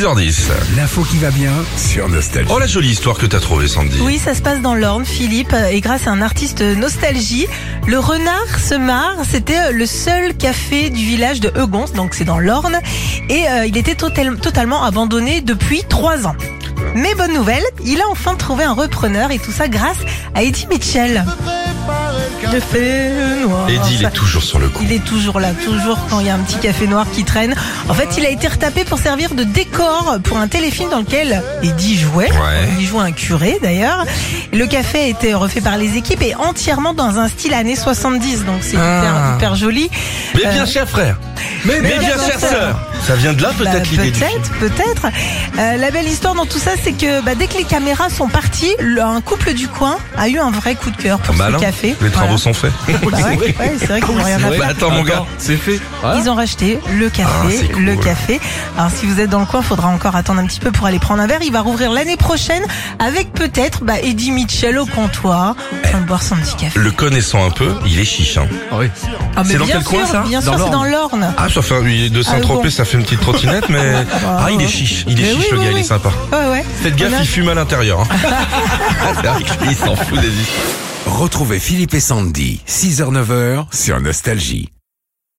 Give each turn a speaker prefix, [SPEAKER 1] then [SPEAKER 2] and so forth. [SPEAKER 1] 6h10.
[SPEAKER 2] L'info qui va bien sur Nostalgie.
[SPEAKER 1] Oh la jolie histoire que t'as trouvée Sandy.
[SPEAKER 3] Oui, ça se passe dans l'Orne, Philippe, euh, et grâce à un artiste nostalgie, le Renard se marre. C'était euh, le seul café du village de Eugons, donc c'est dans l'Orne, et euh, il était totel- totalement abandonné depuis trois ans. Mais bonne nouvelle, il a enfin trouvé un repreneur et tout ça grâce à Eddie Mitchell. Le fait noir.
[SPEAKER 1] Eddie il est toujours sur le coup.
[SPEAKER 3] Il est toujours là, toujours quand il y a un petit café noir qui traîne. En fait, il a été retapé pour servir de décor pour un téléfilm dans lequel Eddie jouait.
[SPEAKER 1] Ouais.
[SPEAKER 3] Il y joue un curé d'ailleurs. Le café a été refait par les équipes et entièrement dans un style années 70, donc c'est hyper, hyper joli.
[SPEAKER 1] Ah. Mais bien
[SPEAKER 3] Euh,
[SPEAKER 1] cher frère. Mais,
[SPEAKER 3] mais
[SPEAKER 1] bien
[SPEAKER 3] bien
[SPEAKER 1] cher
[SPEAKER 3] cher.
[SPEAKER 1] sœur. Ça vient de là peut-être
[SPEAKER 3] Bah,
[SPEAKER 1] l'idée du film.
[SPEAKER 3] peut-être, peut-être. Euh, la belle histoire dans tout ça, c'est que bah, dès que les caméras sont parties, le- un couple du coin a eu un vrai coup de cœur pour
[SPEAKER 1] Malin.
[SPEAKER 3] ce café.
[SPEAKER 1] Ah bah Les travaux
[SPEAKER 3] Voilà.
[SPEAKER 1] sont faits.
[SPEAKER 3] Bah ouais, ouais, c'est vrai qu'ils n'ont rien à
[SPEAKER 1] Bah,
[SPEAKER 3] faire.
[SPEAKER 1] attends mon gars.
[SPEAKER 4] C'est fait.
[SPEAKER 3] Ils ont racheté le
[SPEAKER 1] Ah,
[SPEAKER 3] café,
[SPEAKER 1] c'est cool.
[SPEAKER 3] le café. Alors si vous êtes dans le coin, faudra encore attendre un petit peu pour aller prendre un verre. Il va rouvrir l'année prochaine avec peut-être bah, Eddie Mitchell au comptoir, en train de boire son petit café.
[SPEAKER 1] Eh. Le connaissant un peu, il est chiche. hein.
[SPEAKER 4] Ah oui.
[SPEAKER 3] Ah, mais
[SPEAKER 1] C'est dans
[SPEAKER 3] bien
[SPEAKER 1] quel coin,
[SPEAKER 3] sûr,
[SPEAKER 1] ça
[SPEAKER 3] Bien
[SPEAKER 4] Dans
[SPEAKER 3] sûr, c'est dans l'Orne.
[SPEAKER 1] Ah ça fait un- de Saint-Tropez, ça fait une petite trottinette mais ah il est chiche, il est
[SPEAKER 3] Bah, Mais
[SPEAKER 1] chiche
[SPEAKER 3] oui,
[SPEAKER 1] le
[SPEAKER 3] oui,
[SPEAKER 1] gars, il
[SPEAKER 3] oui.
[SPEAKER 1] est sympa.
[SPEAKER 3] Ouais, ouais.
[SPEAKER 1] Faites gaffe,
[SPEAKER 3] On a-
[SPEAKER 1] il fume à l'intérieur. hein. C'est vrai que lui, il s'en fout des histoires.
[SPEAKER 2] Retrouvez Philippe et Sandy, 6h-9h sur Nostalgie.